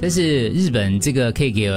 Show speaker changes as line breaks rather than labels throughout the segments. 但是日本这个可以给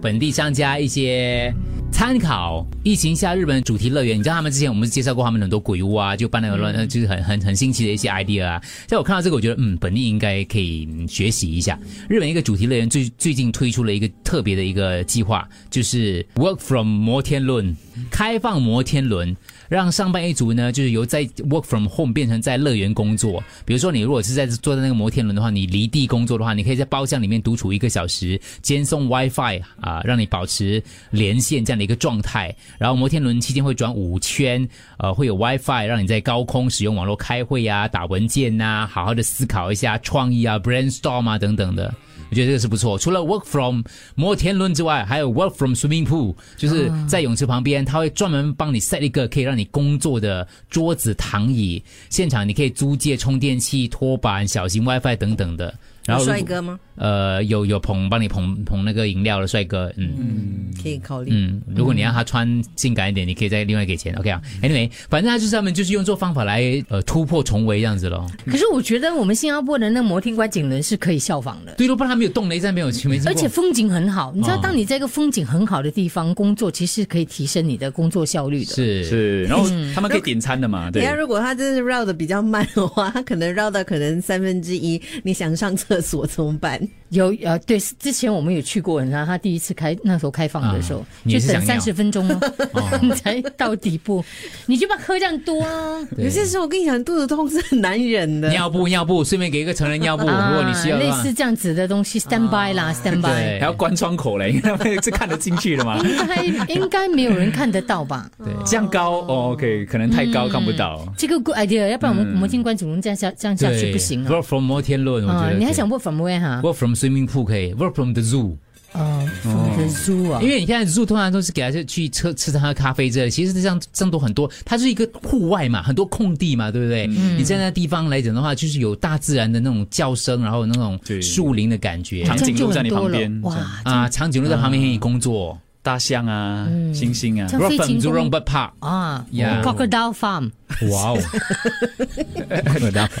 本地商家一些参考。疫情下，日本主题乐园，你知道他们之前我们介绍过他们很多鬼屋啊，就办那个乱，呃就是很很很新奇的一些 idea 啊。像我看到这个，我觉得嗯，本地应该可以嗯学习一下。日本一个主题乐园最最近推出了一个特别的一个计划，就是 Work from 摩天轮，开放摩天轮。让上班一族呢，就是由在 work from home 变成在乐园工作。比如说，你如果是在坐在那个摩天轮的话，你离地工作的话，你可以在包厢里面独处一个小时，兼送 WiFi 啊、让你保持连线这样的一个状态。然后摩天轮期间会转五圈，呃，会有 WiFi 让你在高空使用网络开会呀、打文件呐、好好的思考一下创意啊、brainstorm 啊等等的。我觉得这个是不错。除了 work from 摩天轮之外，还有 work from swimming pool，就是在泳池旁边，他会专门帮你 set 一个可以让你工作的桌子、躺椅。现场你可以租借充电器、拖板、小型 WiFi 等等的。然后如果
帅，哥吗？
呃，有有捧帮你捧捧那个饮料的帅哥，嗯
可以考虑。
嗯，如果你让他穿性感一点，你可以再另外给钱。OK 啊，Anyway，反正他就是他们就是用这种方法来呃突破重围这样子咯。
可是我觉得我们新加坡的那摩天观景轮是可以效仿的。
对，都不然他没有动雷，在没有去没经过。
而且风景很好，你知道，
哦
当你在一个风景很好的地方工作，其实可以提升你的工作效率的。
是
是，然后他们可以点餐的嘛，
等
对
一下，，嗯哎如果他真是绕的比较慢的话，他可能绕到可能三分之一，你想上厕所怎么办？
有呃，对，之前我们有去过，你知道，他第一次开那时候开放的时候，
啊你
就
也是
等
想
三
要哦
十分 钟哦，你才到底部， 你就把喝这样多啊。
对
有些时候我跟你讲，肚子痛是很难忍的。
尿布尿布，顺便给一个成人尿布，哦如果你需要
啊类
的话啊
似。这样子的东西，stand by 啦，stand by，
对
还要关窗口嘞，因为 他们是看得进去的嘛。
应 该应该没有人看得到吧？
这样高哦，OK，可能太高看不到。
这个 good idea，要不然我们我们进关主任这样下这样下去
嗯对
不行啊。
Work from 摩天轮，我觉
啊
得，
你还
可以
想 work from where 哈？
work from swimming pool 可以，work from the zoo，
哦，from the zoo 啊
因，为你现在 zoo 通常都是给他去去吃吃他喝咖啡这，其实这样这样都很多，它是一个户外嘛，很多空地嘛，对不对？
嗯
你在那地方来讲的话，就是有大自然的那种叫声，然后那种
对
树林的感觉
长
这
颈
样就
鹿在
很
你
多
旁
了
边这样
哇，
啊，长颈鹿在旁边给你工作
大象啊，猩猩啊
这，样
，work
飞
from
行
Jurong
工
Bird Park，
啊
Yeah
，crocodile farm，
哇哦，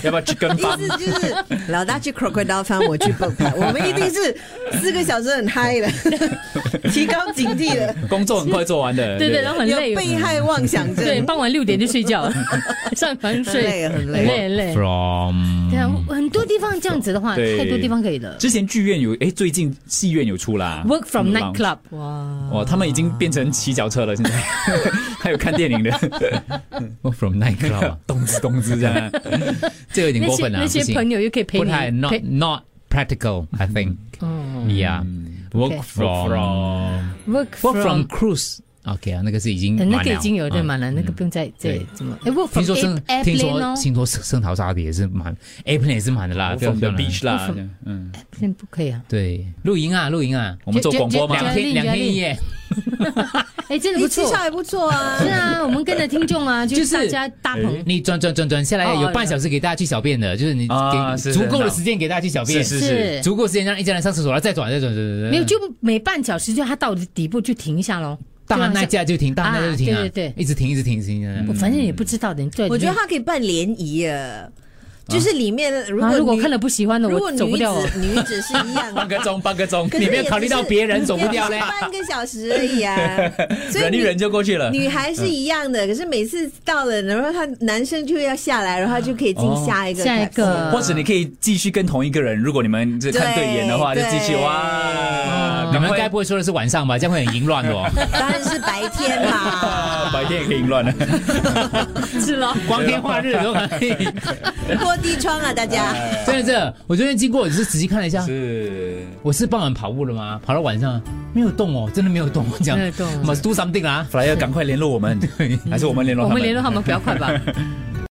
要不要 chicken
意
farm？
思就是老大去 crocodile 翻，我去 b o 我们一定是四个小时很嗨 的，提高警惕了，
工作很快做完的，
对对，然后很
有
累，
被害妄想
对，
症，
傍晚六点就睡觉 了，上床
很
睡，
累很
很
累。
累很累。
from
对啊，很多地方这样子的话，
对
太多地方可以了。
之前剧院有，哎，最近戏院有出啦。
Work from
嗯
nightclub，
哦，他们已经变成骑脚车了，现在还有看电影的，
work from nightclub 啊。
咚子咚子这 样。
这有点
那
过
些
分了、啊，
那些
不行
朋友又可以陪
不
你
太 not
陪
not practical. I think. Yeah, work
Oh.
Mm.
Okay.
from
啊
work
work from
from
cruise. OK 啊，那个是已经
呃那
满
个
了
已经有对
嗯
满了，那个不用再再
对
怎么。哎，work
听
from
说圣
air-
听
airplane
说
哦
听说圣圣淘沙的也是满，airplane 也是满的啦，不要
啊
不
from the
要啦
beach 啦
From-，
嗯，
，airplane 不可以啊。
对，露营啊露营啊，
我们做广播嘛
觉，
两
觉
天
得
两天一夜，
哎，真的
你
不
绩
错
效。还不错啊
是，啊，我们跟着听众啊，就
就是哎是
大家搭棚。
你转转转转下来
哦
有半小时给大家去小便的，就是你
啊
给
是
足够
很
的
好
时间给大家去小便，
是
是
足够时间让一家人上厕所，然后再转再转再转再转，
没有，就每半小时就他到底部就停一下喽。
大
就好
那
像
架就停，大那就停啊，
啊对对对
一直停一直停一直停。一直停
我反正也不知道的，你对
我觉得他可以办联谊啊，就是里面如
啊，
果
如果
女
看了不喜欢的，
如
我
果
走
女
不掉哦。
子女子是一样的
半个钟半个钟，
可是
你没有
也
考虑
不
到
是
别人走不
也
掉
是
嘞
半个小时而已啊， 所以
忍一
女
忍就过去了。
女孩是一样
嗯
的，可是每次到了，然后他男生就要下来，然后他就可以进下一个、
哦下一个
或者你可以继续跟同一个人，如果你们这看对眼的话，就
对
继续
对
哇。
你们该
该
不会说的是晚上吧？这样会很淫乱的哦。
当然是白 天啦，
白天也可以淫乱的，
是咯，
光天化日都 可以。
落地窗啊，大家。
真的真的，我昨天经过，我只是仔细看了一
啊
下，
是
我是傍晚跑步了吗？跑到晚上没有动哦，真的没有动。我讲
没有动
啊，must do something 啦。
f l y 赶快联络我们，还是我们联络
我
他
们联络他们比较快吧。